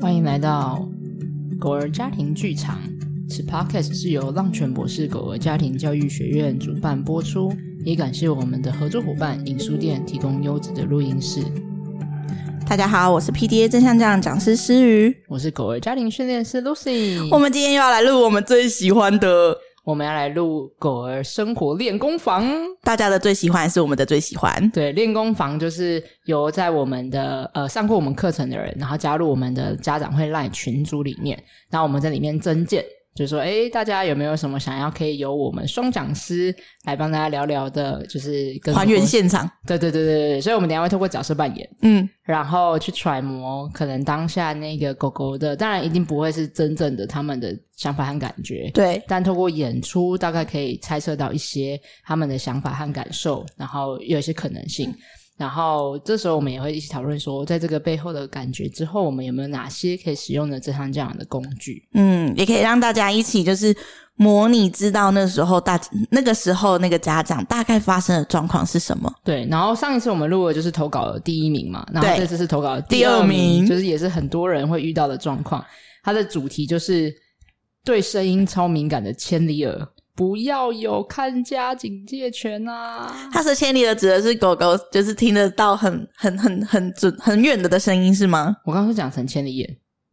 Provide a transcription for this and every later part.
欢迎来到狗儿家庭剧场。此 podcast 是由浪犬博士狗儿家庭教育学院主办播出，也感谢我们的合作伙伴影书店提供优质的录音室。大家好，我是 PDA 正向讲讲师诗瑜。我是狗儿家庭训练师 Lucy，我们今天又要来录我们最喜欢的，我们要来录狗儿生活练功房。大家的最喜欢是我们的最喜欢。对，练功房就是由在我们的呃上过我们课程的人，然后加入我们的家长会赖群组里面，然后我们在里面增建，就是说，诶，大家有没有什么想要可以由我们双讲师来帮大家聊聊的，就是跟还原？现场，对对对对对，所以我们等一下会透过角色扮演，嗯，然后去揣摩可能当下那个狗狗的，当然一定不会是真正的他们的想法和感觉，对，但透过演出，大概可以猜测到一些他们的想法和感受，然后有一些可能性。然后这时候我们也会一起讨论说，在这个背后的感觉之后，我们有没有哪些可以使用的这项这样的工具？嗯，也可以让大家一起就是模拟，知道那时候大那个时候那个家长大概发生的状况是什么。对，然后上一次我们录的就是投稿的第一名嘛，然后对这次是投稿的第二二名就是也是很多人会遇到的状况。它的主题就是对声音超敏感的千里耳，不要有看家警戒权啊！它是千里的，指的是狗狗，就是听得到很很很很准很远的的声音是吗？我刚刚是讲成千里眼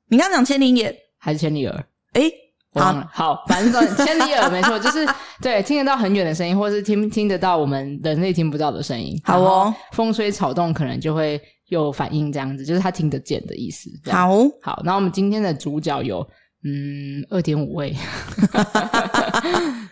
你刚讲千里眼，还是千里耳？诶、我忘了，好，反正 总千里耳没错，就是对听得到很远的声音，或是听听得到我们人类听不到的声音。好哦，风吹草动可能就会有反应，这样子就是他听得见的意思。这样，好，好，那我们今天的主角有嗯二点五 位，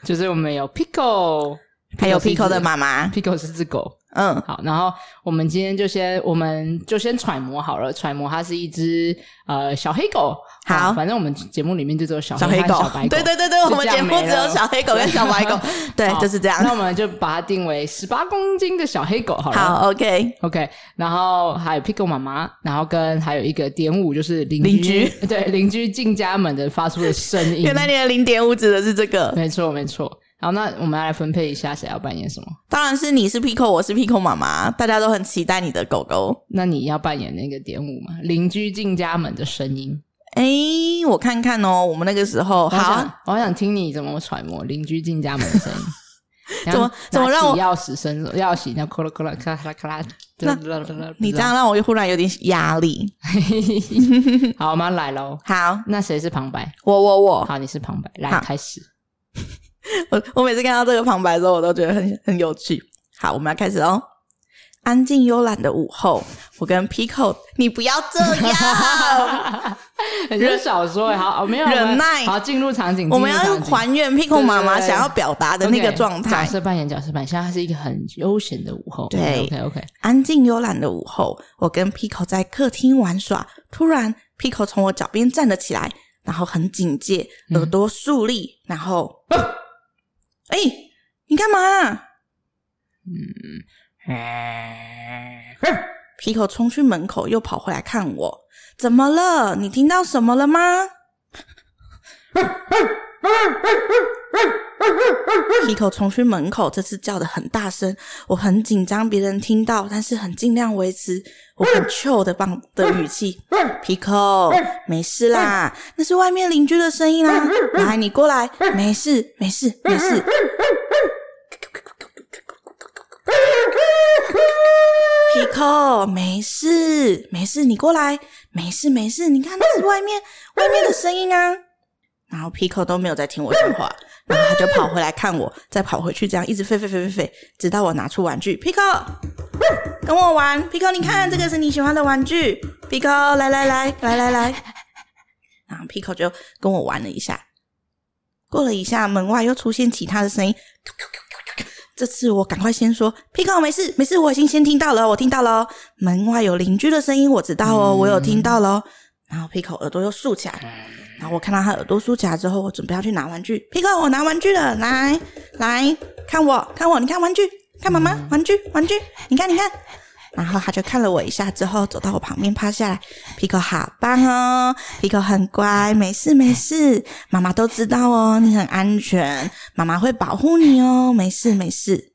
就是我们有 Pico，还有是一只 Pico 的妈妈， ，Pico 是只狗，嗯，好，然后我们今天就先，我们就先揣摩好了，揣摩它是一只呃小黑狗。好啊反正我们节目里面就只有小小黑黑和狗哦小白狗，，对对对对，我就们这样节目没只有了小黑狗跟小白 狗，对，好就是这样那。我们就把它定为十八公斤的小黑狗好了。好，OK， OK，然后还有 Pico 妈妈，然后跟还有一个点五就是邻邻居，对邻居进家门的发出的声音。原来你的零点五指的是这个，没错没错。好，那我们来分配一下谁要扮演什么。当然是你是 Pico，我是 Pico 妈妈，大家都很期待你的狗狗。那你要扮演那个点五吗？邻居进家门的声音。哎，我看看哦，我们那个时候我好好啊想，我好想听你怎么揣摩邻居进家门的声音。怎么怎么让我拿起钥匙声？钥匙，然后咔啦咔啦咔啦咔啦，那你这样让我又忽然有点压力。样，好，我们要来喽。好，那谁是旁白？我我我好，你是旁白，来哦好开始。我我每次看到这个旁白的时候，我都觉得很很有趣。好，我们要开始哦。安静悠懒的午后，我跟 Pico，你不要这样， 很像小说欸好，哦没有忍我们耐好，进入场景，我们进入要场景还原 Pico 妈妈对对对想要表达的那个 OK，状态角。色扮演，角色扮演，现在它是一个很悠闲的午后。对，OK OK，安静悠懒的午后，我跟 Pico 在客厅玩耍。突然，Pico 从我脚边站了起来，然后很警戒，嗯耳朵竖立，然后，哎、你干嘛？Pico 冲去门口，又跑回来看我，怎么了？你听到什么了吗？Pico 冲去门口，这次叫的很大声，我很紧张别人听到，但是很尽量维持我很 chill 的棒的语气。Pico，没事啦，那是外面邻居的声音啦、来，你过来，没事，没事，没事。Pico，没事，没事，你过来，没事，没事，你看那是外面外面的声音啊。然后 Pico 都没有在听我讲话，然后他就跑回来看我，再跑回去，这样一直吠吠吠吠吠，直到我拿出玩具，Pico，跟我玩，Pico，你看这个是你喜欢的玩具，Pico，来来来来来来，然后 Pico 就跟我玩了一下，过了一下，门外又出现其他的声音，这次我赶快先说，Pico 没事没事，我已经先听到了，我听到了哦，门外有邻居的声音，我知道哦，我有听到了哦，然后 Pico 耳朵又竖起来，然后我看到他耳朵竖起来之后，我准备要去拿玩具。Pico，我拿玩具了，来来看我看我，你看玩具，看妈妈玩具玩具，你看你看。然后他就看了我一下之后，走到我旁边趴下来。Pico 好棒哦，Pico 很乖，没事没事，妈妈都知道哦，你很安全，妈妈会保护你哦，没事没事。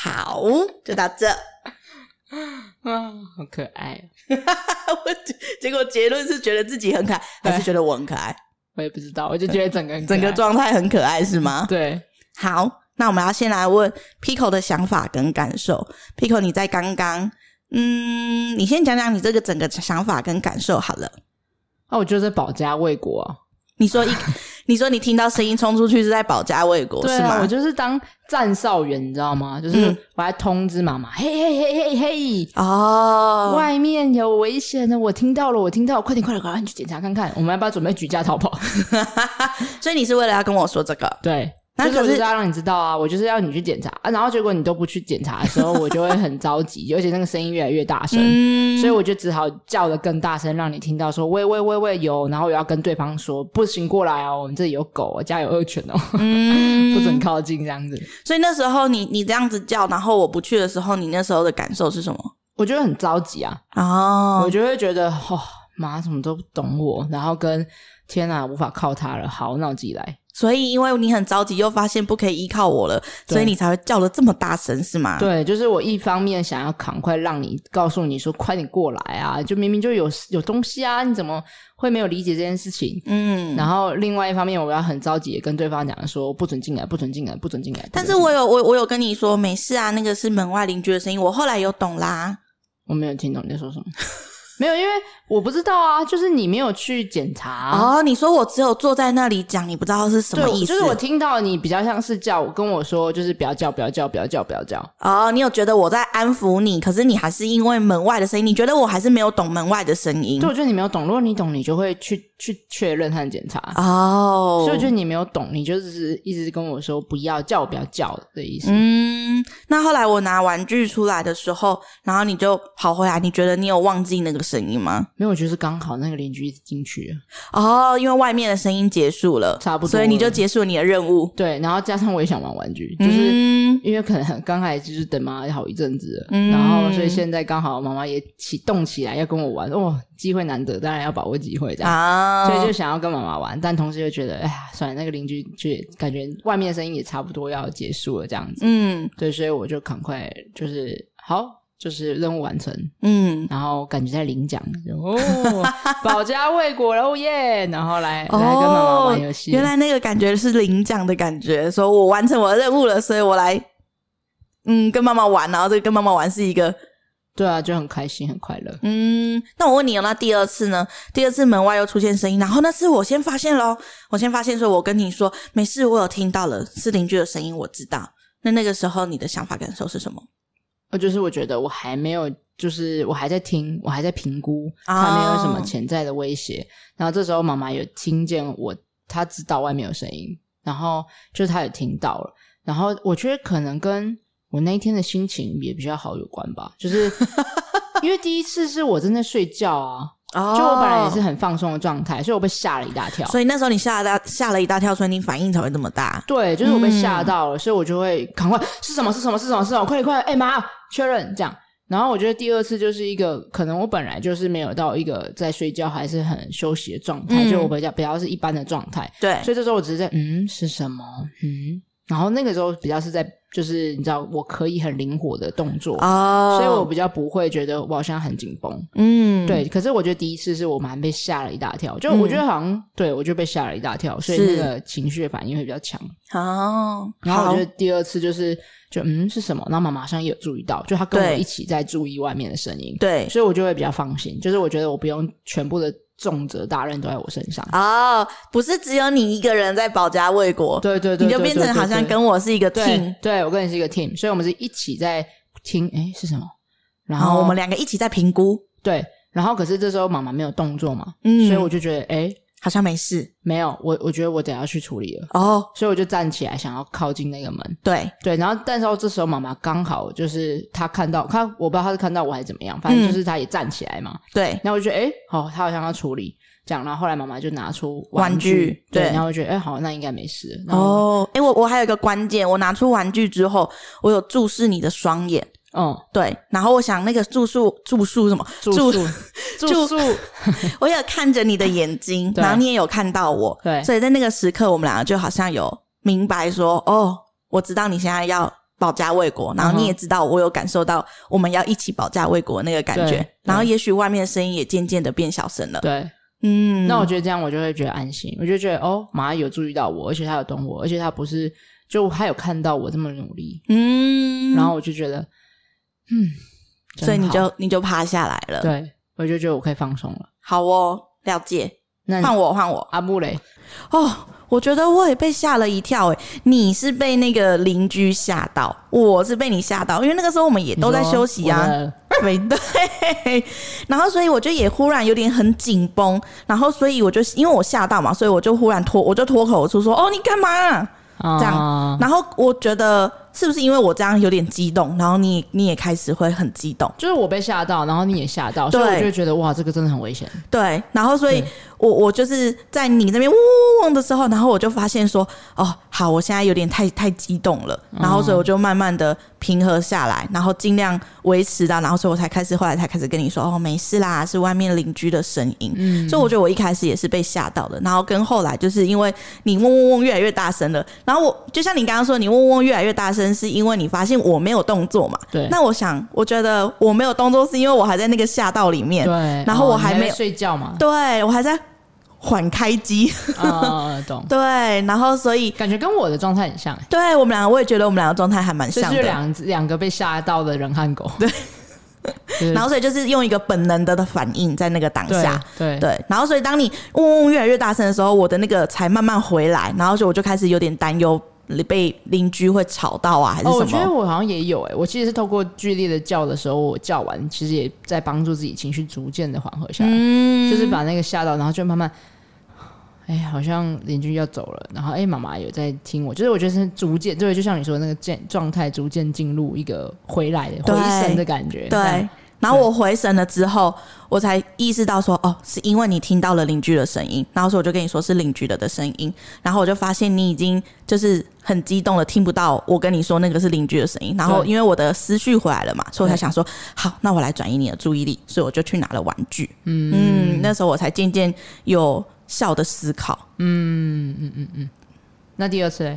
好，就到这。啊，好可爱哦！ 我结结果结论是觉得自己很可爱，还是觉得我很可爱？我也不知道，我就觉得整个人整个状态很可爱是吗？啊嗯对，好，那我们要先来问 Pico 的想法跟感受。Pico，你在刚刚，嗯，你先讲讲你这个整个想法跟感受好了。啊，我就是保家卫国啊、你说 一，你说你听到声音冲出去是在保家卫国、对是啊，吗我？就是当站哨员，你知道吗？就是嗯我还通知妈妈，嘿嘿嘿嘿嘿，哦，外面有危险的，我听到了，我听到了，快点快点快点，你去检查看看，我们要不要准备举家逃跑？ 所以你是为了要跟我说这个？对，那就是可我就是是要让你知道啊，我就是要你去检查、啊，然后结果你都不去检查的时候，我就会很着急， 而且那个声音越来越大声。嗯所以我就只好叫的更大声，让你听到说喂喂喂喂有，然后我要跟对方说不行过来哦，我们这里有狗，我家有恶犬哦，嗯 不准靠近这样子。所以那时候你你这样子叫，然后我不去的时候，你那时候的感受是什么？我觉得很着急啊，哦我，就会觉得哦妈怎么都不懂我，然后跟天哪无法靠他了，好那我自己来。所以因为你很着急，又发现不可以依靠我了，对所以你才会叫的这么大声，是吗？，对，就是我一方面想要赶快让你告诉你说快点过来啊，就明明就有有东西啊，你怎么会没有理解这件事情？嗯。然后另外一方面，我要很着急地跟对方讲说不准进来，不准进来，不准进来。不准但是进来我有我我有跟你说没事啊，那个是门外邻居的声音，我后来有懂啦。我没有听懂你在说什么， 没有，因为我不知道啊，就是你没有去检查、啊哦，你说我只有坐在那里讲，你不知道是什么对，意思？就是我听到你比较像是叫跟我说，就是不要叫，不要叫，不要叫，不要叫。哦，你有觉得我在安抚你，可是你还是因为门外的声音，你觉得我还是没有懂门外的声音对，我觉得你没有懂，如果你懂，你就会去去确认和检查。哦，所以我觉得你没有懂，你就只是一直跟我说不要叫，不要叫的意思。嗯，那后来我拿玩具出来的时候，然后你就跑回来，你觉得你有忘记那个声音吗？没有，我觉得是刚好那个邻居一直进去了，哦，因为外面的声音结束了，差不多所以你了就结束了你的任务，对，然后加上我也想玩玩具，就是。嗯因为可能刚才就是等妈妈好一阵子了，嗯然后所以现在刚好妈妈也启动起来要跟我玩，哦，机会难得，当然要把握机会这样，啊，所以就想要跟妈妈玩，但同时又觉得，哎呀，算了，那个邻居就也感觉外面的声音也差不多要结束了这样子，嗯对，所以我就赶快就是好。就是任务完成，嗯。然后感觉在领奖， 就哦，保家卫国了哦耶！然后来来跟妈妈玩游戏，哦，原来那个感觉是领奖的感觉，说我完成我的任务了，所以我来，嗯，跟妈妈玩，然后这个跟妈妈玩是一个，对啊，就很开心，很快乐。嗯，那我问你哦，那第二次呢？第二次门外又出现声音，然后那次我先发现喽，我先发现说，我跟你说没事，我有听到了，是邻居的声音，我知道。那那个时候你的想法感受是什么？呃，就是我觉得我还没有，就是我还在听，我还在评估，哦它没有什么潜在的威胁。然后这时候妈妈有听见我，她知道外面有声音，然后就是她也听到了。然后我觉得可能跟我那一天的心情也比较好有关吧，就是 因为第一次是我正在睡觉啊，哦就我本来也是，很放松的状态，所以我被吓了一大跳。所以那时候你吓了大吓了一大跳，所以你反应才会这么大。对，就是我被嗯吓到了，所以我就会赶快是什么是什么是什么是什么，快点快点，哎、妈，确认这样。然后我觉得第二次就是一个，可能我本来就是没有到一个在睡觉还是很休息的状态，嗯就我比较比较是一般的状态，对，所以这时候我只是在嗯是什么嗯，然后那个时候比较是在就是你知道我可以很灵活的动作，哦，所以我比较不会觉得我好像很紧绷，嗯，对，可是我觉得第一次是我蛮被吓了一大跳，就我觉得好像、对我就被吓了一大跳，所以是那个情绪的反应会比较强。哦，然后我好觉得第二次就是，就嗯是什么？然后妈妈好像也有注意到，就她跟我对一起在注意外面的声音，对，所以我就会比较放心，就是我觉得我不用全部的重责大任都在我身上。哦，不是只有你一个人在保家卫国，对对对，你就变成好像跟我我是一个对 team，对，我跟你是一个 team，所以我们是一起在听，诶，是什么？然然后哦后我们两个一起在评估，对，然后可是这时候妈妈没有动作嘛，嗯，所以我就觉得诶，好像没事没有，我我觉得我得要去处理了，哦，所以我就站起来想要靠近那个门，对，对，然后但是这时候妈妈刚好就是她看到，她我不知道她是看到我还是怎么样，反嗯正就是她也站起来嘛，对，然后我就觉得哎、诶好，她好像要处理这样，然后后来妈妈就拿出玩具，具对，对然后我就觉得哎、诶好，那应该没事，然后哦，哎、我我还有一个关键，我拿出玩具之后，我有注视你的双眼，嗯，对，然后我想那个注视注视什么住宿 住宿，我有看着你的眼睛，对然后你也有看到我，对所以在那个时刻，我们两个就好像有明白说，哦，我知道你现在要保家卫国，然后你也知道我有感受到我们要一起保家卫国那个感觉嗯对，然后也许外面的声音也渐渐的变小声了。对，嗯，那我觉得这样我就会觉得安心，我就觉得哦，马有注意到我，而且他有懂我，而且他不是就他有看到我这么努力，嗯，然后我就觉得，嗯，真所以你好就你就趴下来了。，对我就觉得我可以放松了。好哦，了解。那换我，换我。阿木嘞，哦，我觉得我也被吓了一跳诶，你是被那个邻居吓到，我是被你吓到，因为那个时候我们也你都在说休息我啊，的对 对。然后所以我就也忽然有点很紧绷，然后所以我就因为我吓到嘛，所以我就忽然脱我就脱口而出说：“哦，你干嘛啊、这样啊然后我觉得是不是因为我这样有点激动，然后你你也开始会很激动，就是我被吓到，然后你也吓到，所以对我就会觉得哇，这个真的很危险。对，然后所以对我我就是在你那边嗡嗡嗡的时候，然后我就发现说，哦，好，我现在有点太太激动了，然后所以我就慢慢的平和下来，然后尽量维持到，然后所以我才开始后来才开始跟你说，哦，没事啦，是外面邻居的声音。嗯，所以我觉得我一开始也是被吓到的，然后跟后来就是因为你嗡嗡嗡越来越大声了，然后我就像你刚刚说，你嗡嗡嗡越来越大声，是因为你发现我没有动作嘛？对那我想，我觉得我没有动作是因为我还在那个吓到里面，对，然后哦我你还还没在有睡觉嘛， 对我还在缓开机， 啊，懂，对，然后所以感觉跟我的状态很像，欸对我们两个，我也觉得我们两个状态还蛮这像就是的。两两个被吓到的人和狗，对然后所以就是用一个本能的的反应在那个当对下，对对。然后所以当你嗡嗡越来越大声的时候，我的那个才慢慢回来，然后就我就开始有点担忧被邻居会吵到啊，还是哦，我什觉得么？我好像也有哎、我其实是透过剧烈的叫的时候，我叫完，其实也在帮助自己情绪逐渐的缓和下来，嗯就是把那个吓到，然后就慢慢，哎、好像邻居要走了，然后哎，妈、妈有在听我，就是我觉得是逐渐，对，就像你说的那个健状态逐渐进入一个回来的对回神的感觉，这对样。然后我回神了之后，我才意识到说，哦，是因为你听到了邻居的声音，然后所以我就跟你说是邻居的的声音，然后我就发现你已经就是很激动的听不到我跟你说那个是邻居的声音，然后对因为我的思绪回来了嘛，所以我才想说，好，那我来转移你的注意力，所以我就去拿了玩具，嗯那时候我才渐渐有效的思考。那第二次嘞，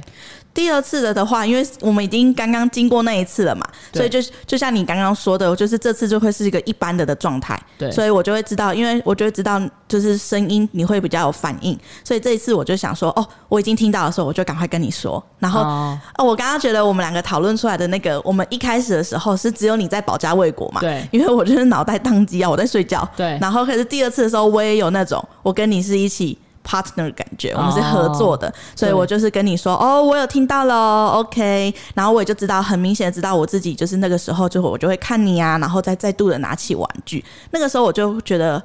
第二次的的话，因为我们已经刚刚经过那一次了嘛，对所以就是就像你刚刚说的，就是这次就会是一个一般的的状态，对所以我就会知道，因为我就会知道，就是声音你会比较有反应，所以这一次我就想说，哦，我已经听到的时候，我就赶快跟你说，然后。哦哦、我刚刚觉得我们两个讨论出来的那个，我们一开始的时候是只有你在保家卫国嘛？对因为我就是脑袋宕机啊，我在睡觉。对然后可是第二次的时候，我也有那种我跟你是一起 partner 的感觉，我们是合作哦的，所以我就是跟你说，哦，我有听到了，OK。然后我也就知道，很明显的知道我自己就是那个时候就我就会看你啊，然后再再度的拿起玩具。那个时候我就觉得。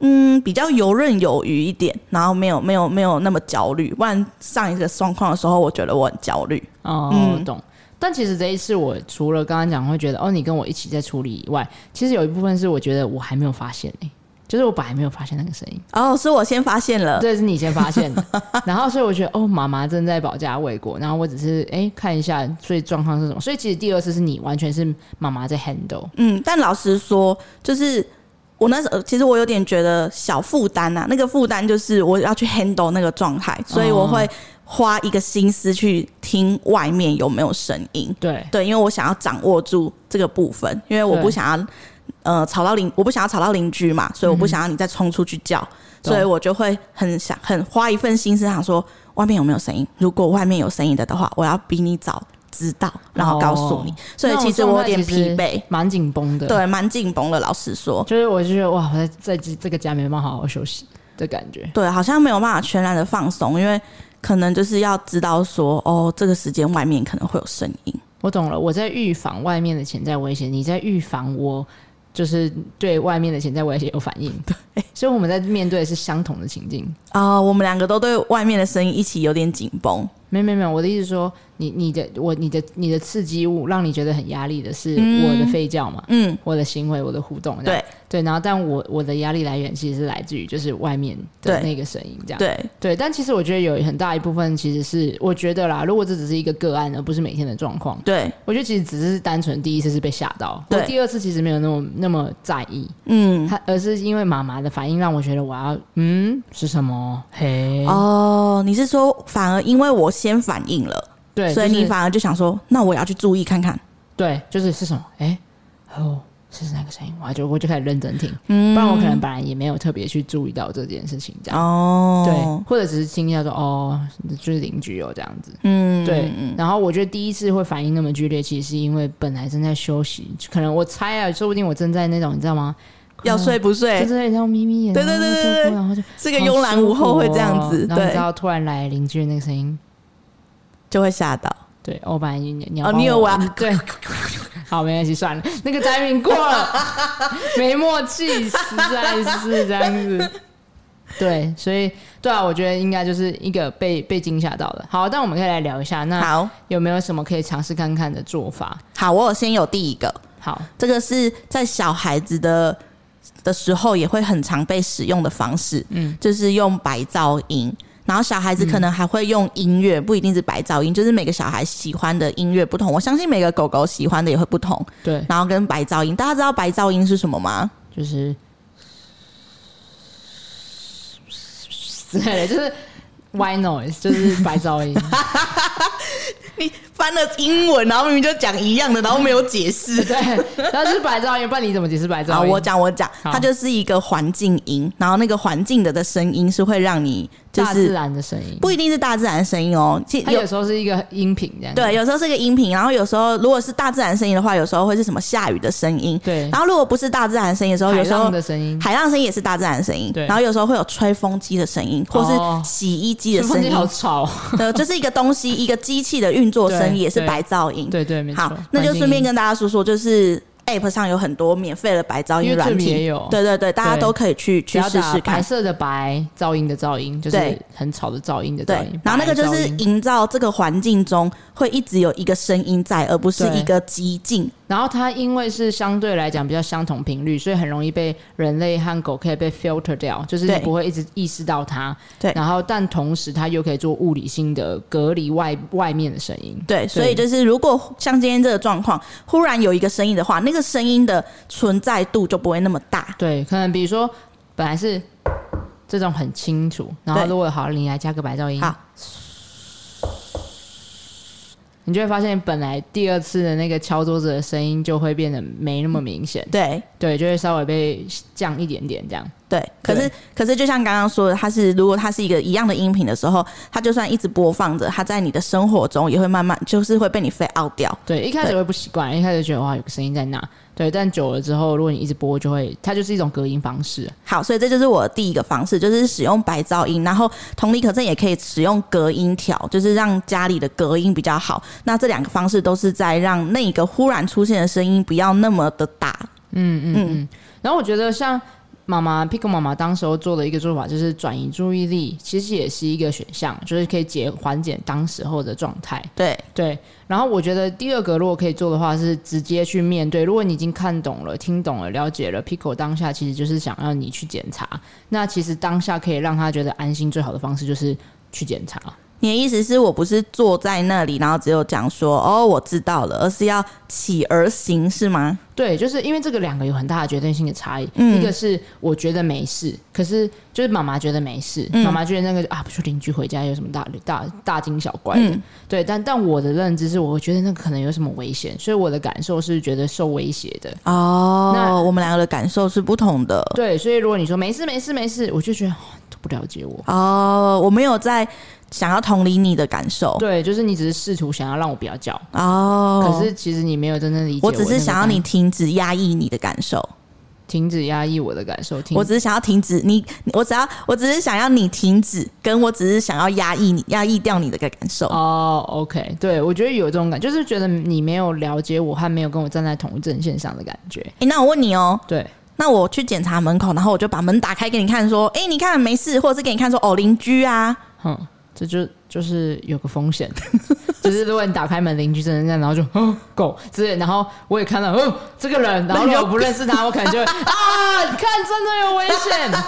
嗯，比较游刃有余一点，然后没有没有没有那么焦虑。不然上一个状况的时候，我觉得我很焦虑。哦，嗯懂。但其实这一次，我除了刚刚讲会觉得哦，你跟我一起在处理以外，其实有一部分是我觉得我还没有发现哎、就是我本来没有发现那个声音，哦，是我先发现了。这是你先发现 的。然后，所以我觉得哦，妈妈正在保家卫国，然后我只是哎、看一下，所以状况是什么。所以其实第二次是你完全是妈妈在 handle，嗯，但老实说，就是我那时候其实我有点觉得小负担啊呐，那个负担就是我要去 handle 那个状态，所以我会花一个心思去听外面有没有声音。对对，因为我想要掌握住这个部分，因为我不对想要呃吵到邻，我不想要吵到邻居嘛，所以我不想要你再冲出去叫，懂所以我就会很想很花一份心思想说外面有没有声音，如果外面有声音的的话，我要比你早知道，然后告诉你。哦所以其实我有点疲惫，蛮紧绷的。，对，蛮紧绷的。老实说，就是我就觉得哇，我在在这这个家没办法好好休息的感觉。对，好像没有办法全然的放松，因为可能就是要知道说哦，这个时间外面可能会有声音。我懂了，我在预防外面的潜在危险，你在预防我，就是对外面的潜在危险有反应。对，所以我们在面对的是相同的情境。啊、我们两个都对外面的声音一起有点紧绷，没有没有没有，我的意思是说，你你的我你的你的刺激物让你觉得很压力的是嗯我的吠叫嘛，嗯，我的行为，我的互动这样，对对，然后但我我的压力来源其实是来自于就是外面的对那个声音这样，对，对，但其实我觉得有很大一部分其实是我觉得啦，如果这只是一个个案，而不是每天的状况，对，我觉得其实只是单纯第一次是被吓到，我对第二次其实没有那么那么在意，嗯，它而是因为妈妈的反应让我觉得我要嗯是什么嘿哦哦，你是说反而因为我先反应了，对，所以就是你反而就想说，那我也要去注意看看。对，就是是什么？哎、哦，是哪个声音？我就我就开始认真听，嗯不然我可能本来也没有特别去注意到这件事情，这样、哦对，，或者只是听一下说哦，就是邻居有这样子。对，嗯对，嗯然后我觉得第一次会反应那么剧烈，其实是因为本来正在休息，可能我猜啊，说不定我正在那种你知道吗？要睡不睡就？是那种眯眯眼，哎对对对然后就对对然后就这个慵懒午后会这样子，哦然后你知对，道突然来邻居的那个声音，就会吓到。对，我本来你你哦帮你有我啊对， 好，没关系，算了，那个灾民过了，没默契，实在是这样子。对，所以对啊，我觉得应该就是一个被被惊吓到的。好，但我们可以来聊一下，那好有没有什么可以尝试看看的做法？好，我有先有第一个，好，这个是在小孩子的的时候也会很常被使用的方式，嗯，就是用白噪音。然后小孩子可能还会用音乐，不一定是白噪音，就是每个小孩喜欢的音乐不同。我相信每个狗狗喜欢的也会不同。对，然后跟白噪音，大家知道白噪音是什么吗？就是之类的，就是 white noise，就是白噪 音。你翻了英文，然后明明就讲一样的，然后没有解释。对，然后就是白噪音，不然你怎么解释白 好，噪音？我讲我讲，好它就是一个环境音，然后那个环境的的声音是会让你就大自是然的声音，不一定是大自然的声音哦，其它有有时候是一个音频这样子。对，有时候是一个音频，然后有时候如果是大自然声音的话，有时候会是什么下雨的声音，对然后如果不是大自然声音的时候，海有时候浪的声音，海浪声音也是大自然声音对，然后有时候会有吹风机的声音，或哦是洗衣机的吹风声机音，好吵 哦。对，就是一个东西一个机器的运作声 对音也是对白噪音。对对，没错好。，那就环境顺便音跟大家说说，就是 App 上有很多免费的白噪音 YouTube 软体，也有对对对，大家对都可以去只去要试打试白看。色的白噪音的噪音，就是对很吵的噪音的对噪音。，然后那白个就噪是音，营造这个环境中会一直有一个声音在，而不是对一个激进。然后它因为是相对来讲比较相同频率，所以很容易被人类和狗可以被 filter 掉，就是你对不会一直意识到它。对然后但同时它又可以做物理性的隔离外外面的声音。对，所以就是如果像今天这个状况，忽然有一个声音的话，那个声音的存在度就不会那么大。对，可能比如说本来是这种很清楚，然后对如果好，你来加个白噪音，好，你就会发现本来第二次的那个敲桌子的声音就会变得没那么明显，对对，就会稍微被降一点点这样。对，可是可是就像刚刚说的，它是如果它是一个一样的音频的时候，它就算一直播放着，它在你的生活中也会慢慢就是会被你 fade out 掉。对，一开始会不习惯，一开始觉得哇有个声音在那，对，但久了之后，如果你一直播，就会它就是一种隔音方式。好，所以这就是我的第一个方式，就是使用白噪音。然后同理可证，也可以使用隔音条，就是让家里的隔音比较好。那这两个方式都是在让那个忽然出现的声音不要那么的大。嗯然后我觉得像妈妈 Pico 妈妈当时候做的一个做法，就是转移注意力，其实也是一个选项，就是可以解缓解当时候的状态。对，对，然后我觉得第二个如果可以做的话，是直接去面对。如果你已经看懂了、听懂了、了解了，Pico 当下其实就是想要你去检查。那其实当下可以让他觉得安心，最好的方式就是去检查。你的意思是我不是坐在那里，然后只有讲说哦我知道了，而是要起而行是吗？对，就是因为这个两个有很大的决定性的差异。嗯一个是我觉得没事，可是就是妈妈觉得没事，嗯妈妈觉得那个啊，不是邻居回家有什么大大大惊小怪的。嗯对，但但我的认知是，我觉得那可能有什么危险，所以我的感受是觉得受威胁的。嗯那哦，我们两个的感受是不同的。对，所以如果你说没事没事没事，我就觉得、哦、都不了解我。哦，我没有在想要同理你的感受。对，就是你只是试图想要让我不要叫，哦，可是其实你没有真正理解我那只个是想要感你停止压抑你的感受，停止压抑我的感受，停我只是想要停止你，我只要我只是想要你停止，跟我只是想要压抑你压抑掉你的感受。哦，OK，对我觉得有这种感就是觉得你没有了解我，和没有跟我站在同一阵线上的感觉。诶，那我问你哦，对，那我去检查门口，然后我就把门打开给你看，说，诶，你看没事，或者是给你看说，哦，邻居啊，哼、这就就是有个风 险，就是如果你打开门，邻居真的在，然后就哦狗之类，然后我也看到哦这个人，然后如果我不认识 他，我可能就会啊，你看真的有危险。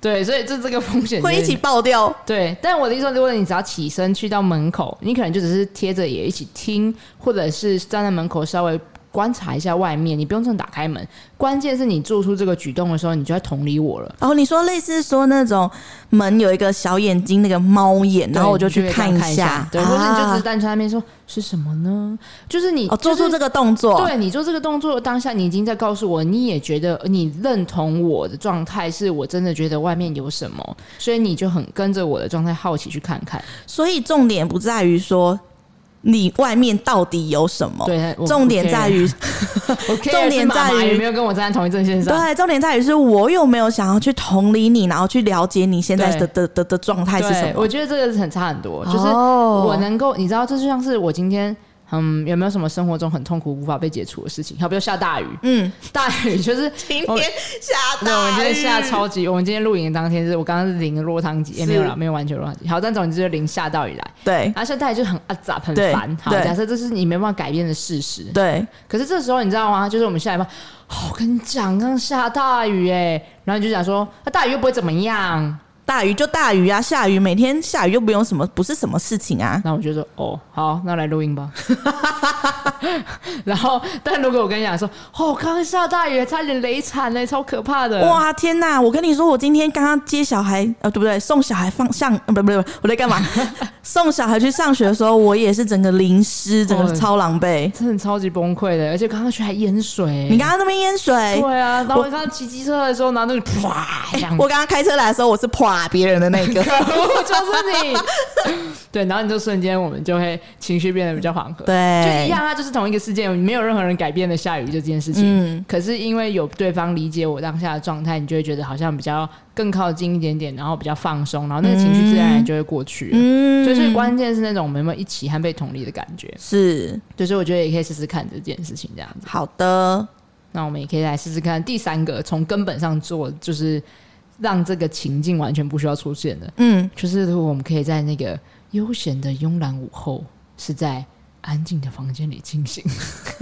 对，所以这这个风险会有一点起爆掉。对，但我的意思说，如果你只要起身去到门口，你可能就只是贴着也一起听，或者是站在门口稍微观察一下外面，你不用真的打开门。关键是你做出这个举动的时候，你就在同理我了。哦，你说类似说那种门有一个小眼睛，那个猫眼，然后我对就你去可以这看样一看下，对，或者你就只是啊单纯在那边说是什么呢？就是你哦，做就是出这个动作，对你做这个动作当下，你已经在告诉我，你也觉得你认同我的状态，是我真的觉得外面有什么，所以你就很跟着我的状态好奇去看看。所以重点不在于说你外面到底有什么，对，我哦重点在于我 care 重点是妈妈在于有没有跟我站在同一阵线上。对，重点在于是我有没有想要去同理你，然后去了解你现在的对的的的状态是什对，么我。觉得这个是很差很多，就是哦我能够，你知道，这就像是我今天。嗯，有没有什么生活中很痛苦、无法被解除的事情？好，比如下大雨，嗯，大雨就是今我天下对，我们今 大天下雨，超级，我们今天录影的当天是我刚刚是淋落汤鸡，也、哎是没有啦，没有完全落汤鸡。好，但总之就是淋下到雨来，对然后下大雨就很啊杂，很对烦。好，对假设这是你没办法改变的事实，对，可是这时候你知道吗？就是我们下一班，哦我跟你讲，刚下大雨哎、然后你就想说，那、大雨又不会怎么样。大雨就大雨啊，下雨每天下雨又不用什么，不是什么事情啊。然后我就说，哦，好，那来录音吧。 然后，但如果我跟你讲说，哦，刚刚下大雨，差点雷惨嘞，超可怕的。哇天呐！我跟你说，我今天刚刚接小孩，呃，对不对？送小孩放上，呃不不不，我在 干嘛？送小孩去上学的时候，我也是整个淋湿，整个哦超狼狈。真的超级崩溃的，而且刚刚去还淹水、你刚刚那边淹水，对啊，然后刚刚骑机车的时候，拿那个啪这样，哎我刚刚开车来的时候，我是啪别人的 那个。我就是你。 对，然后你就瞬间我们就会情绪变得比较缓和。对就一样，它就是同一个事件，没有任何人改变的下雨这件事情。嗯可是因为有对方理解我当下的状态，你就会觉得好像比较更靠近一点点，然后比较放松，然后那个情绪自然而然就会过去了。嗯， 就是关键是那种我们有没有一起和被同理的感觉，是对所以我觉得也可以试试看这件事情这样子。好的，那我们也可以来试试看第三个，从根本上做，就是让这个情境完全不需要出现的，嗯，就是如果我们可以在那个悠闲的慵懒午后，是在安静的房间里进行，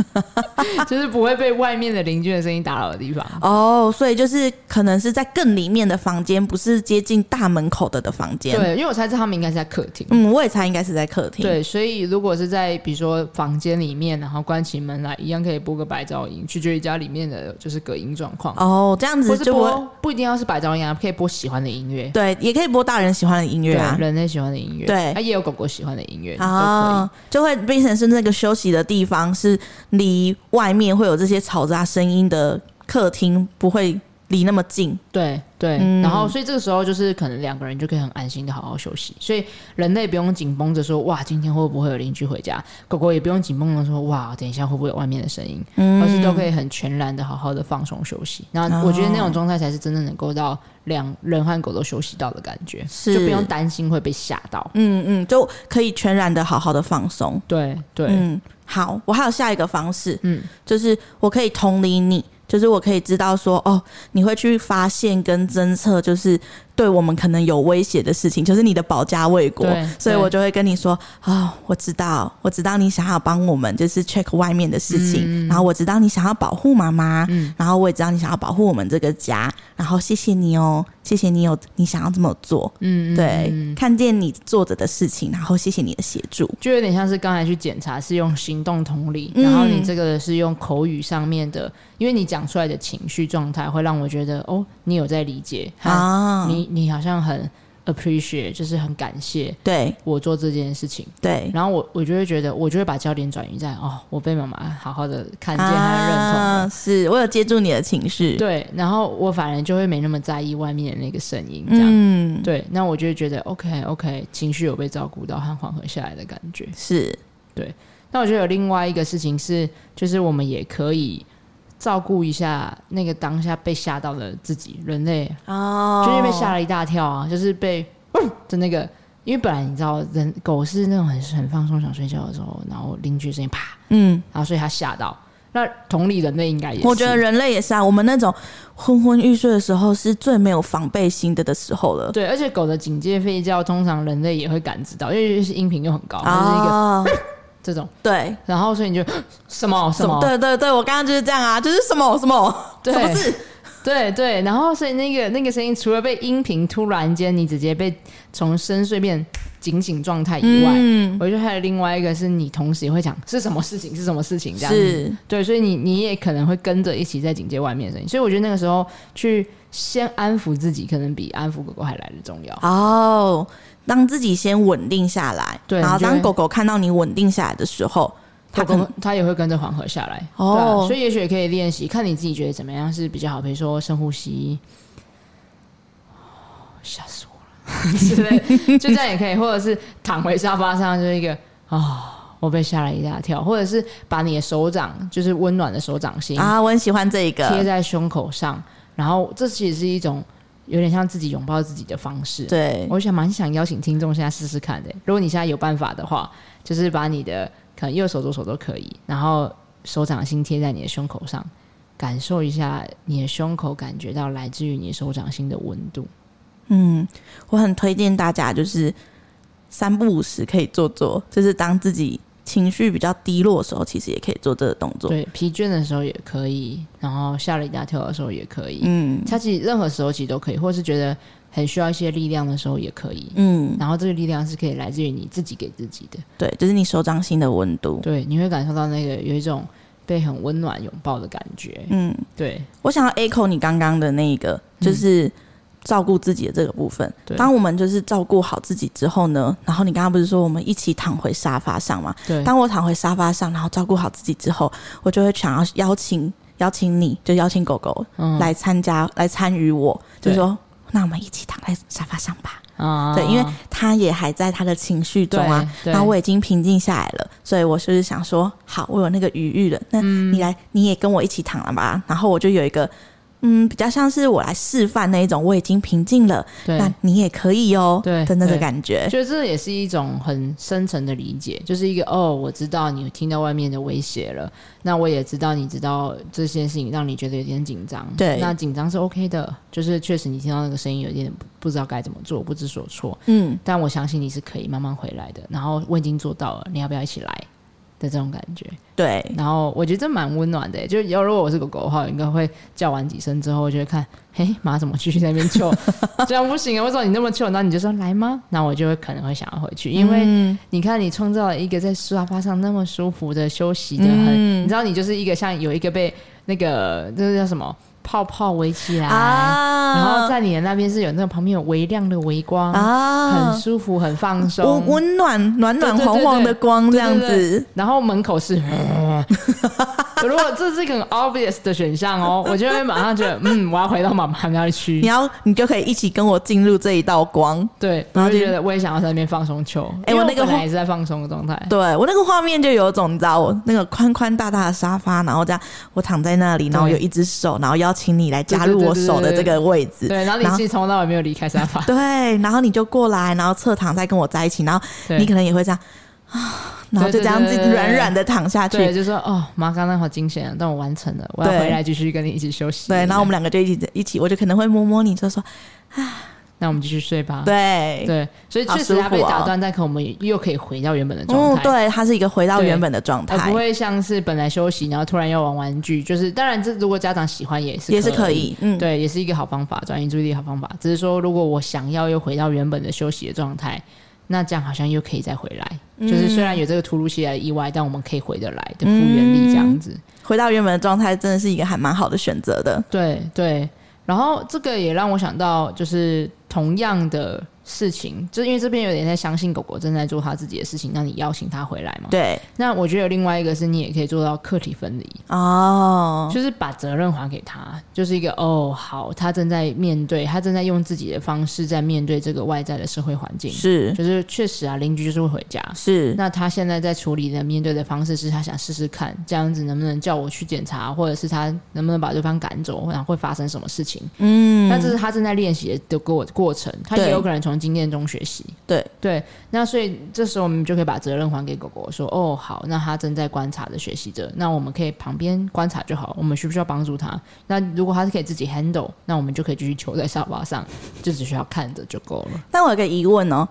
就是不会被外面的邻居的声音打扰的地方。哦，所以就是可能是在更里面的房间，不是接近大门口的的房间。，对，因为我猜测他们应该是在客厅。嗯，我也猜应该是在客厅。，对，所以如果是在比如说房间里面，然后关起门来，一样可以播个白噪音，取决于家里面的就是隔音状况，哦，这样或子是就会播不一定要是白噪音啊，可以播喜欢的音乐。对，也可以播大人喜欢的音乐啊对，。人类喜欢的音乐，对啊，也有狗狗喜欢的音乐，都可啊，就会变成是那个休息的地方，是离外面会有这些嘈杂声音的客厅不会离那么近以，。对对。嗯然后，所以这个时候就是可能两个人就可以很安心的好好休息，所以人类不用紧绷着说哇，今天会不会有邻居回家？狗狗也不用紧绷着说哇，等一下会不会有外面的声音？而是都嗯可以很全然的好好的放松休息。那我觉得那哦种状态才是真正能够到两人和狗都休息到的感觉，是就不用担心会被吓到。嗯嗯，就可以全然的好好的放松。对对，嗯，好，我还有下一个方式，嗯就是我可以同理你，就是我可以知道说，哦，你会去发现跟侦测，就是对我们可能有威胁的事情，就是你的保家卫国对，所以对我就会跟你说，哦，我知道，我知道你想要帮我们，就是 check 外面的事情，然后我知道你想要保护妈妈，嗯然后我也知道你想要保护我们这个家，然后谢谢你哦，谢谢你有你想要这么做，嗯，嗯对，嗯看见你做着的事情，然后谢谢你的协助，就有点像是刚才去检查是用行动同理，嗯然后你这个是用口语上面的，因为你讲出来的情绪状态会让我觉得哦，你有在理解，啊、啊，你你好像很 appreciate，就是很感谢对我做这件事情。对。然后我我就会觉得，我就会把焦点转移在哦，我被妈妈好好的看见，还认同了。啊，是我有接住你的情绪，对，然后我反而就会没那么在意外面的那个声音，这样、嗯，对。那我就会觉得 OK OK，情绪有被照顾到和缓和下来的感觉。是那我觉得有另外一个事情是，就是我们也可以照顾一下那个当下被吓到的自己，人类哦就是被吓了一大跳啊，就是被嗯的那个，因为本来你知道人狗是那种很很放松想睡觉的时候，然后邻居声音啪，嗯，然后所以它吓到。那同理，人类应该也是，我觉得人类也是啊，我们那种昏昏欲睡的时候是最没有防备心的的时候了，对，而且狗的警戒吠叫，通常人类也会感知到，因为就是音频又很高，它哦就是一个啊，这种， 对，然后所以你就 什么什么，对对对，我刚刚就是这样啊，就是什么什么，对什么事？ 对对，然后所以那个那个声音，除了被音频突然间你直接被从深睡变警醒状态以外，嗯，我觉得还有另外一个是你同时也会讲是什么事情是什么事情这样子，是对，所以你你也可能会跟着一起在警戒外面的声音，所以我觉得那个时候去先安抚自己，可能比安抚狗狗还来的重要。哦，当自己先稳定下来，对然后你就会当狗狗看到你稳定下来的时候，它它可能跟它也会跟着缓和下来。哦对啊所以也许也可以练习，看你自己觉得怎么样是比较好。比如说深呼吸，吓死我了之类，就这样也可以，或者是躺回沙发上就是一 个啊、我被吓了一大跳，或者是把你的手掌，就是温暖的手掌心啊，我很喜欢这一贴个，在胸口上，然后这其实是一种有点像自己拥抱自己的方式。对，我想蛮想邀请听众现在试试看的。如果你现在有办法的话，就是把你的可能右手、左手都可以，然后手掌心贴在你的胸口上，感受一下你的胸口感觉到来自于你手掌心的温度。嗯，我很推荐大家就是三不五时可以做做，就是当自己情绪比较低落的时候，其实也可以做这个动作。对，疲倦的时候也可以，然后吓了一大跳的时候也可以。嗯它其实任何时候其实都可以，或是觉得很需要一些力量的时候也可以。嗯，然后这个力量是可以来自于你自己给自己的，对，就是你手掌心的温度。对，你会感受到那个有一种被很温暖拥抱的感觉。嗯，对，我想要 echo 你刚刚的那一个，就是照顾自己的这个部分。嗯对当我们就是照顾好自己之后呢，然后你刚刚不是说我们一起躺回沙发上吗？对，当我躺回沙发上，然后照顾好自己之后，我就会想要邀请邀请你，就邀请狗狗嗯来参加、来参与我，就对说那我们一起躺在沙发上吧。啊对，因为他也还在他的情绪中啊，对对然后我已经平静下来了，所以我就是想说，好，我有那个余裕了，那嗯你来，你也跟我一起躺了吧。然后我就有一个。嗯，比较像是我来示范那一种，我已经平静了，对，那你也可以哦，对的那个对感觉，觉得这也是一种很深层的理解，就是一个哦，我知道你听到外面的威胁了，那我也知道你知道这件事情让你觉得有点紧张，对那紧张是 OK 的，就是确实你听到那个声音有点不不知道该怎么做，不知所措，嗯，但我相信你是可以慢慢回来的，然后我已经做到了，你要不要一起来？的这种感觉，对，然后我觉得这蛮温暖的、欸就要如果我是狗狗的话，我应该会叫完几声之后，我就会看，嘿，马怎么继续在那边叫？ 这样不行啊！为什么你那么糗？那你就说来吗？那我就会可能会想要回去，因为嗯你看你创造了一个在沙发上那么舒服的休息的很，嗯你知道你就是一个像有一个被那个那个叫什么泡泡围起来，啊然后在你的那边是有那个旁边有微亮的微光，啊很舒服，很放松温。温暖暖暖对对黄黄的光对对这样对子，然后门口是， 如果这是一个很 obvious 的选项哦， 我就会马上觉得，嗯，我要回到妈妈那里去你。要你就可以一起跟我进入这一道光。对，然然后后就就觉得我也想要在那边放松球。哎因为我那个本画来也是在放松的状态。对我那个画面就有一种，你知道，我那个宽宽大大的沙发，然后这样我躺在那里，然后有一只手，然后邀请你来加入我手的这个位置，对，然后你自己从头到尾没有离开沙发。对，然后你就过来，然后侧躺再跟我在一起，然后对你可能也会这样啊，然后就这样对子对对对软软的躺下去，对，就说哦，妈，刚刚好惊险，但我完成了，我要对回来继续跟你一起休息。对，然后我们两个就一起一起，我就可能会摸摸你，就说那我们继续睡吧。对，啊对，所以确实好舒服它被打哦断，但可我们又可以回到原本的状嗯，态。对，它是一个回到对原本的状而态不，会像是本来休息，然后突然要玩玩具，就是当然这如果家长喜欢也是也是可，以，嗯，对，也是一个好方法，转移注意力的好方法。只是说如果我想要又回到原本的休息的状态，那这样好像又可以再回来，就是虽嗯然有这个突如其来的意外，但我们可以回得来的复原力这嗯样子。回到原本的状态，真的是一个还蛮好的选择的。对对，然后这个也让我想到，就是同样的事情，就是因为这边有点在相信狗狗正在做它自己的事情，那你邀请它回来嘛？对，那我觉得有另外一个是你也可以做到客体分离。哦，就是把责任还给他，就是一个哦，好，他正在面对，他正在用自己的方式在面对这个外在的社会环境。是就是确实啊，邻居就是会回家。是，那他现在在处理的面对的方式是他想试试看，这样子能不能叫我去检查，或者是他能不能把对方赶走，然后会发生什么事情？嗯，但这是他正在练习的过过程，他对也有可能从经验中学习。对对，那所以这时候我们就可以把责任还给狗狗，说哦好，那他正在观察着学习着，那我们可以旁边观察就好，我们需不需要帮助他？那如果他是可以自己 handle，那我们就可以继续求在沙发上，就只需要看着就够了。但我有个疑问哦，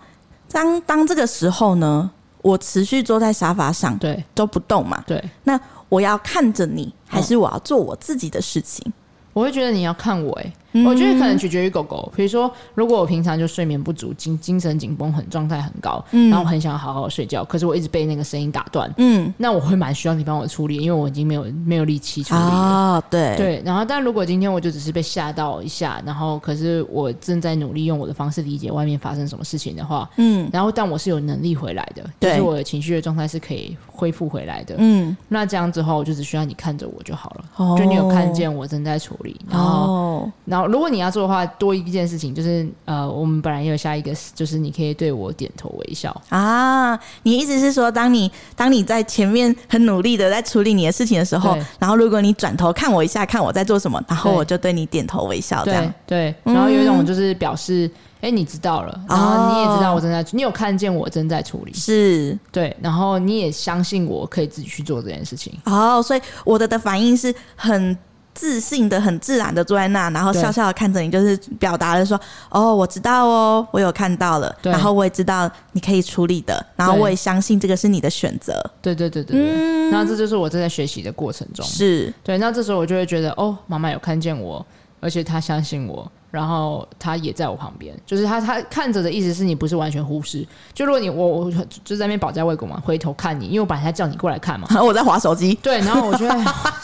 当当这个时候呢，我持续坐在沙发上对都不动嘛，对，那嗯我要看着你，还是我要做我自己的事情？我会觉得你要看我哎、我觉得可能取决于狗狗。比如说，如果我平常就睡眠不足、精精神紧绷很、状态很高，嗯然后我很想好好睡觉，可是我一直被那个声音打断，嗯，那我会蛮需要你帮我处理，因为我已经没有没有力气处理了。哦，对，对，然后但如果今天我就只是被吓到一下，然后可是我正在努力用我的方式理解外面发生什么事情的话，嗯然后但我是有能力回来的，就对是我的情绪的状态是可以恢复回来的。嗯，那这样之后，我就只需要你看着我就好了，哦就你有看见我正在处理，然后、哦，然后如果你要做的话，多一件事情就是呃，我们本来也有下一个，就是你可以对我点头微笑。啊，你意思是说，当你当你在前面很努力的在处理你的事情的时候对，然后如果你转头看我一下，看我在做什么，然后对我就对你点头微笑，这对样嗯对，然后有一种就是表示，哎、你知道了，然后你也知道哦我正在，你有看见我正在处理，是对，然后你也相信我可以自己去做这件事情。哦，所以我的的反应是很。自信的、很自然的坐在那，然后对笑笑的看着你，就是表达了说：“哦，我知道哦，我有看到了，对然后我也知道你可以处理的，然后对我也相信这个是你的选择。对对对对对，嗯那、这就是我正在学习的过程”中。是， 对，那这时候我就会觉得，哦，妈妈有看见我，而且她相信我，然后她也在我旁边，就是她她看着的意思是你不是完全忽视。就如果你我我就在那边保家卫国嘛，回头看你，因为我本来在叫你过来看嘛，然后我在划手机，对，然后我就会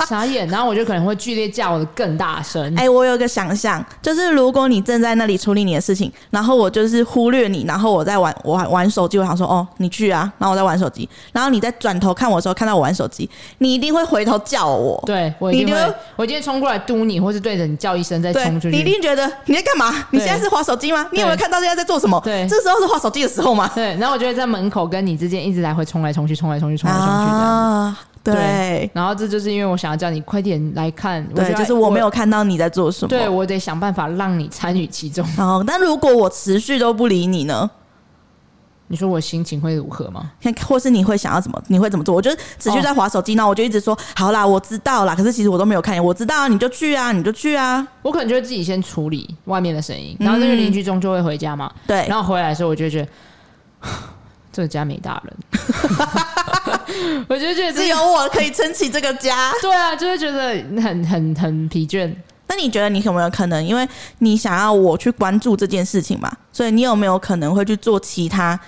傻眼，然后我就可能会剧烈叫的更大声。哎、我有个想象，就是如果你正在那里处理你的事情，然后我就是忽略你，然后我在玩我玩玩手机，我想说哦，你去啊，然后我在玩手机，然后你在转头看我的时候，看到我玩手机，你一定会回头叫我，对，我一定哦你就会，我一定会冲过来嘟你，或是对着你叫一声，再对哎冲出，你一去。定觉得你在干嘛？你现在是划手机吗？你有没有对看到现在在做什么？对这时候是划手机的时候吗？对，然后我就会在门口跟你之间一直来回冲来冲去，冲来冲去，冲来冲去这样。啊，对，然后这就是因为我想要叫你快点来看，我对，就要就是我没有看到你在做什么。对我得想办法让你参与其中。然后，但如果我持续都不理你呢？你说我心情会如何吗？看，或是你会想要怎么？你会怎么做？我就持续在划手机，那、我就一直哦说好啦，我知道啦。可是其实我都没有看见，我知道啊，你就去啊，你就去啊。我可能就会自己先处理外面的声音，然后那个邻居终究会回家嘛。嗯对，然后回来的时候，我就会觉得 这个家没大人， 我就觉得只这有我可以撑起这个家。对啊，就会觉得很很很疲倦。那你觉得你有没有可能？因为你想要我去关注这件事情嘛，所以你有没有可能会去做其他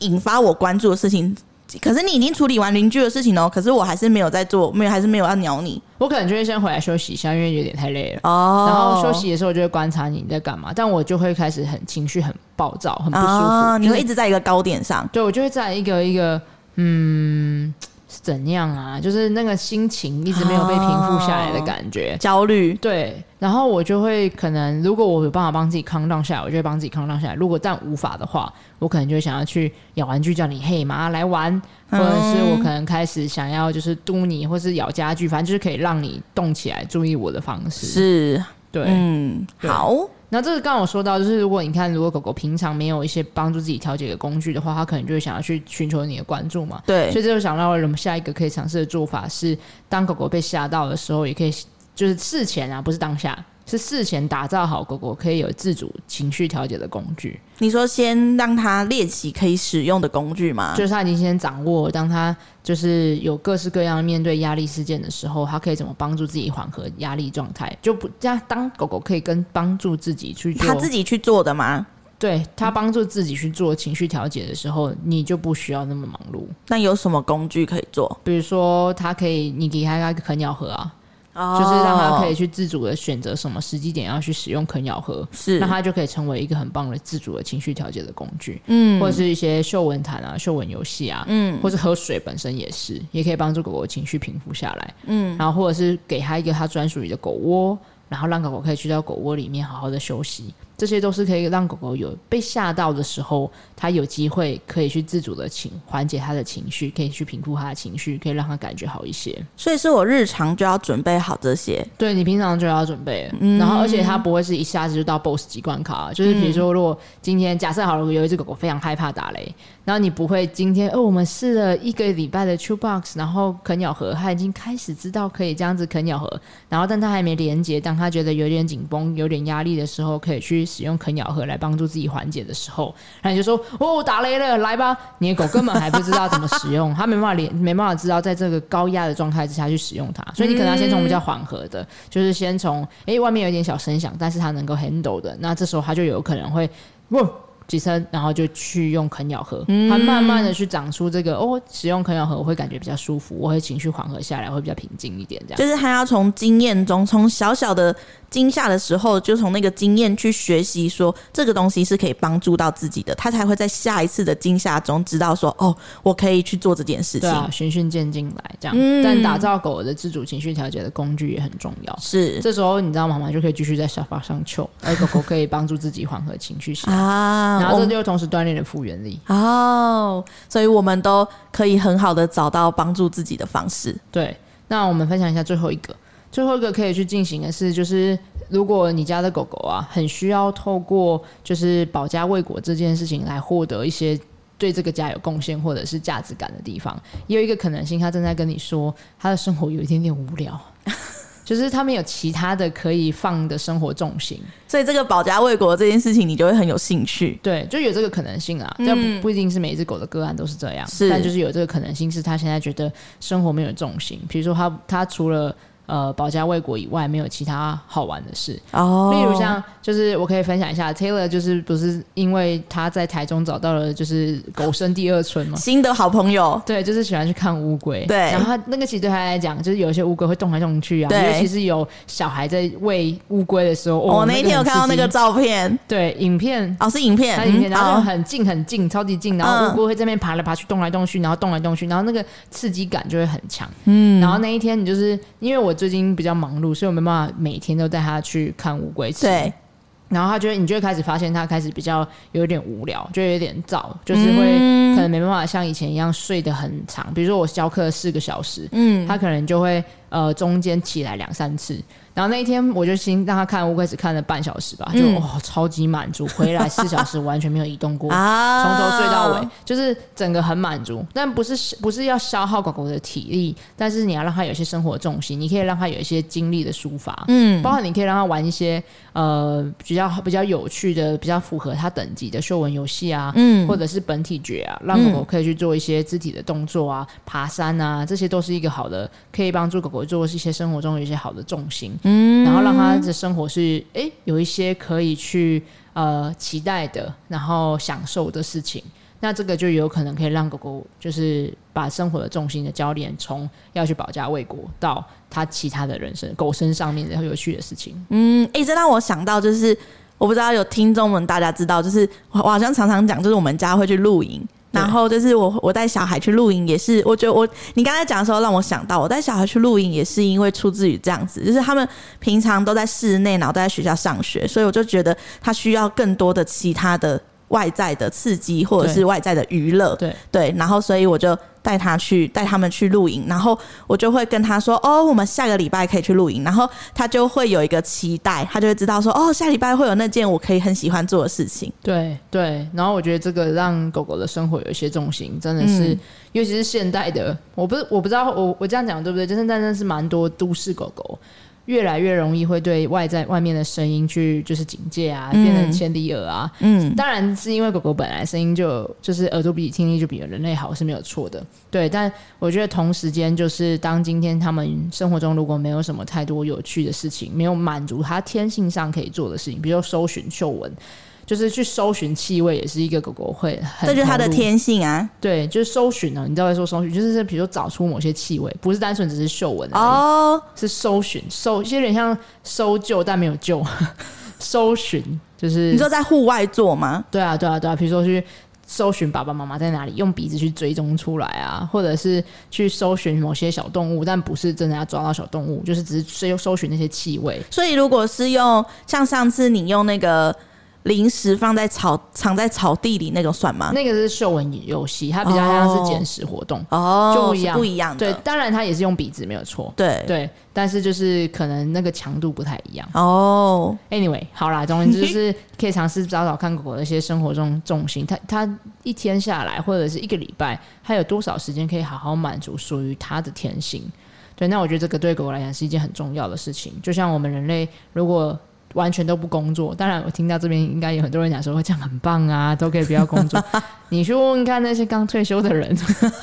引发我关注的事情？可是你已经处理完邻居的事情哦，可是我还是没有在做，没有，还是没有要鸟你我可能就会先回来休息一下，因为有点太累了。哦然后休息的时候，就会观察你在干嘛，但我就会开始很情绪很暴躁，很不舒服。哦，你就是会一直在一个高点上，对，我就会在一个一个，嗯，是怎样啊？就是那个心情一直没有被平复下来哦的感觉。焦虑对，然后我就会可能，如果我有办法帮自己康荡下来，我就会帮自己康荡下来；如果但无法的话，我可能就会想要去咬玩具，叫你嘿妈来玩，嗯或者是我可能开始想要就是嘟你，或是咬家具，反正就是可以让你动起来，注意我的方式。是对，嗯，对好，那这个刚刚我说到，就是如果你看，如果狗狗平常没有一些帮助自己调节的工具的话，它可能就会想要去寻求你的关注嘛。对所以这就想到了我们下一个可以尝试的做法是，当狗狗被吓到的时候，也可以就是事前啊，不是当下，是事前打造好狗狗可以有自主情绪调节的工具，你说先让他练习可以使用的工具吗？就是它已经先掌握，当它就是有各式各样面对压力事件的时候，它可以怎么帮助自己缓和压力状态，就不这样。当狗狗可以跟帮助自己去做他自己去做的吗？对他帮助自己去做情绪调节的时候，你就不需要那么忙碌。那有什么工具可以做？比如说，他可以，你给他一个啃咬盒啊，哦就是让他可以去自主的选择什么时机点要去使用啃咬盒，是那他就可以成为一个很棒的自主的情绪调节的工具，嗯或者是一些嗅闻毯啊、嗅闻游戏啊，嗯或是喝水本身也是，也可以帮助狗狗情绪平复下来。嗯，然后或者是给它一个它专属于的狗窝，然后让狗狗可以去到狗窝里面好好的休息，这些都是可以让狗狗有被吓到的时候，它有机会可以去自主的情缓解它的情绪，可以去平复它的情绪，可以让它感觉好一些。所以是我日常就要准备好这些。对你平常就要准备了，然后而且它不会是一下子就到 BOSS 级关卡，就是比如说，如果今天假设好了，有一只狗狗非常害怕打雷，然后你不会今天哦，我们试了一个礼拜的 Chew Box，然后啃咬盒，它已经开始知道可以这样子啃咬盒，然后但它还没连接，当它觉得有点紧绷、有点压力的时候，可以去使用啃咬合来帮助自己缓解的时候，那你就说哦打雷了，来吧，你的狗根本还不知道怎么使用，它没办法连没办法知道在这个高压的状态之下去使用它，所以你可能要先从比较缓和的，就是先从诶外面有点小声响，但是它能够 handle 的，那这时候它就有可能会喔几声，然后就去用啃咬合，嗯它慢慢的去长出这个哦，使用啃咬合我会感觉比较舒服，我会情绪缓和下来，会比较平静一点，这样。就是他要从经验中，从小小的惊吓的时候，就从那个经验去学习，说这个东西是可以帮助到自己的，他才会在下一次的惊吓中知道说，哦，我可以去做这件事对情。嗯啊，循序渐进来这样。但打造狗的自主情绪调节的工具也很重要。是这时候你知道妈妈就可以继续在沙发上翘，而狗狗可以帮助自己缓和情绪下，啊，然后我这们就同时锻炼了复原力。哦，所以我们都可以很好的找到帮助自己的方式。对，那我们分享一下最后一个，最后一个可以去进行的是，就是如果你家的狗狗啊，很需要透过就是保家卫国这件事情来获得一些。对这个家有贡献或者是价值感的地方，也有一个可能性，它正在跟你说，它的生活有一点点无聊， 就是他们有其他的可以放的生活重心，所以这个保家卫国这件事情，你就会很有兴趣。对，就有这个可能性啊。这不不一定是每一只狗的个案都是这样，嗯是但就是有这个可能性，是它现在觉得生活没有重心。比如说它，它除了呃保家卫国以外，没有其他好玩的事。哦例如像，就是我可以分享一下，Taylor 就是不是因为他在台中找到了就是狗生第二 春嘛，新的好朋友，对，就是喜欢去看乌龟。对然后他那个其实对他来讲，就是有一些乌龟会动来动去啊，对尤其是有小孩在喂乌龟的时候，我、哦，那一天有很看到刺那个激照片，对影片哦，是影片，它影片，嗯然后就哦很近很近，超级近，然嗯后乌龟会这边爬来爬去，动来动去，然后动来动去，然后那个刺激感就会很强。嗯，然后那一天你就是因为我最近比较忙碌，所以我没办法每天都带它去看乌龟吃。对，然后他就会，你就会开始发现他开始比较有点无聊，就有点燥，就是会嗯可能没办法像以前一样睡得很长。比如说我教课四个小时，嗯，他可能就会呃中间起来两三次。然后那一天我就先让他看乌龟，只看了半小时吧，就、嗯哇超级满足，回来四小时完全没有移动过。啊，从头睡到尾，就是整个很满足，但不是不是要消耗狗狗的体力，但是你要让它有一些生活重心，你可以让它有一些精力的抒发，嗯，包含你可以让他玩一些呃比较比较有趣的、比较符合他等级的嗅闻游戏啊，嗯或者是本体觉啊，让狗狗可以去做一些肢体的动作啊、爬山啊，这些都是一个好的，可以帮助狗狗做一些生活中有一些好的重心，嗯，然后让它的生活是诶有一些可以去呃期待的，然后享受的事情。那这个就有可能可以让狗狗，就是把生活的重心的焦点从要去保家卫国到它其他的人生狗身上面的有趣的事情。嗯，哎、这让我想到就是，我不知道有听众们大家知道，就是我我好像常常讲，就是我们家会去露营。对然后就是我，我带小孩去露营也是，我觉得我你刚才讲的时候让我想到，我带小孩去露营也是因为出自于这样子，就是他们平常都在室内，然后都在学校上学，所以我就觉得他需要更多的其他的外在的刺激或者对是外在的娱乐，对对，然后所以我就带他去带他们去露营，然后我就会跟他说，哦，我们下个礼拜可以去露营，然后他就会有一个期待，他就会知道说，哦，下礼拜会有那件我可以很喜欢做的事情，对对，然后我觉得这个让狗狗的生活有一些重心，真的是，尤其是现代的，我不是我不知道我我这样讲对不对？就是但真的是蛮多都市狗狗越来越容易会对外在外面的声音去就是警戒啊，变成千里耳啊，嗯，当然是因为狗狗本来声音就就是耳朵比听力就比人类好是没有错的，对。但我觉得同时间就是当今天他们生活中如果没有什么太多有趣的事情，没有满足它天性上可以做的事情，比如说搜寻嗅闻，就是去搜寻气味，也是一个狗狗会很 这就是他的投入天性啊，对，就是搜寻呢、你知道在说搜寻，就是比如说找出某些气味，不是单纯只是嗅闻而已哦，是搜寻搜，有点像搜救但没有救， 搜寻就是你说在户外做吗？对啊，对啊，对啊，比如说去搜寻爸爸妈妈在哪里，用鼻子去追踪出来啊，或者是去搜寻某些小动物，但不是真的要抓到小动物，就是只是搜搜寻那些气味。所以如果是用像上次你用那个零食放在草藏在草地里那种算吗？那个是嗅闻游戏，它比较像是捡食活动。啊哦，就不一样是不一样对的，，当然它也是用鼻子，没有错。对对，但是就是可能那个强度不太一样。哦， Anyway，好啦，总而言之就是 可以尝试找找看狗狗的一些生活中重心，它它一天下来或者是一个礼拜，它有多少时间可以好好满足属于它的天性？对，那我觉得这个对狗狗来讲是一件很重要的事情。就像我们人类，如果完全都不工作。当然，我听到这边应该有很多人讲说，这样很棒啊，都可以不要工作。你去问问看那些刚退休的人，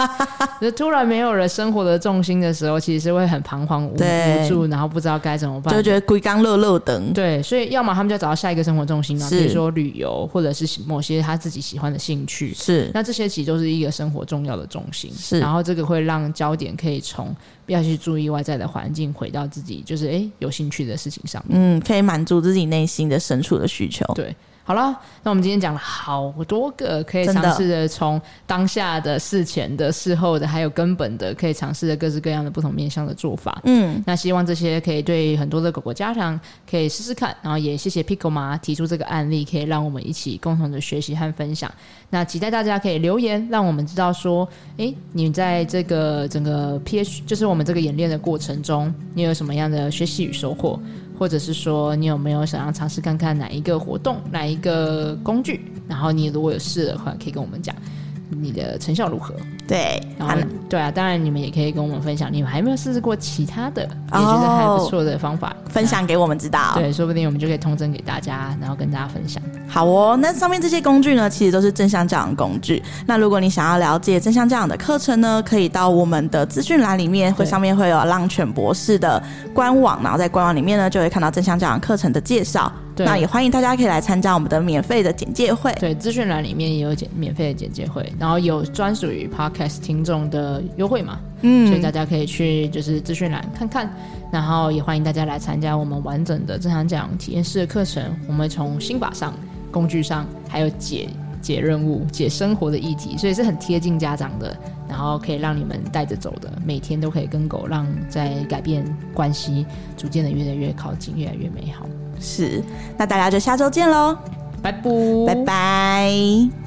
就突然没有了生活的重心的时候，其实是会很彷徨无对无助，然后不知道该怎么办就。觉得龟缸乐乐等，对，所以要么他们就要找到下一个生活重心嘛，是比如说旅游，或者是某些他自己喜欢的兴趣。是那这些其实都是一个生活重要的重心，是然后这个会让焦点可以从不要去注意外在的环境，回到自己就是诶有兴趣的事情上面。嗯，可以满足自己内心的深处的需求。对，好了，那我们今天讲了好多个可以真的尝试的，从当下的、事前的、事后的，还有根本的，可以尝试的各式各样的不同面向的做法。嗯，那希望这些可以对很多的狗狗家长可以试试看，然后也谢谢 Pico 妈提出这个案例，可以让我们一起共同的学习和分享。那期待大家可以留言，让我们知道说，诶，你在这个整个 PH，就是我们这个演练的过程中，你有什么样的学习与收获，或者是说你有没有想要尝试看看哪一个活动、哪一个工具，然后你如果有试的话，可以跟我们讲你的成效如何。对，然后啊对啊，当然你们也可以跟我们分享，你们还没有试试过其他的，也觉得还不错的方法，哦分享给我们知道。对，说不定我们就可以通征给大家，然后跟大家分享。好哦，那上面这些工具呢，其实都是正向教养工具。那如果你想要了解正向教养的课程呢，可以到我们的资讯栏里面，会对上面会有浪犬博士的官网，然后在官网里面呢，就会看到正向教养课程的介绍。对那也欢迎大家可以来参加我们的免费的简介会。对，资讯栏里面也有简免费的简介会，然后有专属于 Podcast 听众的优惠嘛，所以嗯，大家可以去就是资讯栏看看，然后也欢迎大家来参加我们完整的正常讲体验式的课程。我们会从心法上、工具上，还有解解任务、解生活的议题，所以是很贴近家长的，然后可以让你们带着走的，每天都可以跟狗让在改变关系，逐渐的越来越靠近，越来越美好。是，那大家就下周见喽，哦拜拜，拜拜。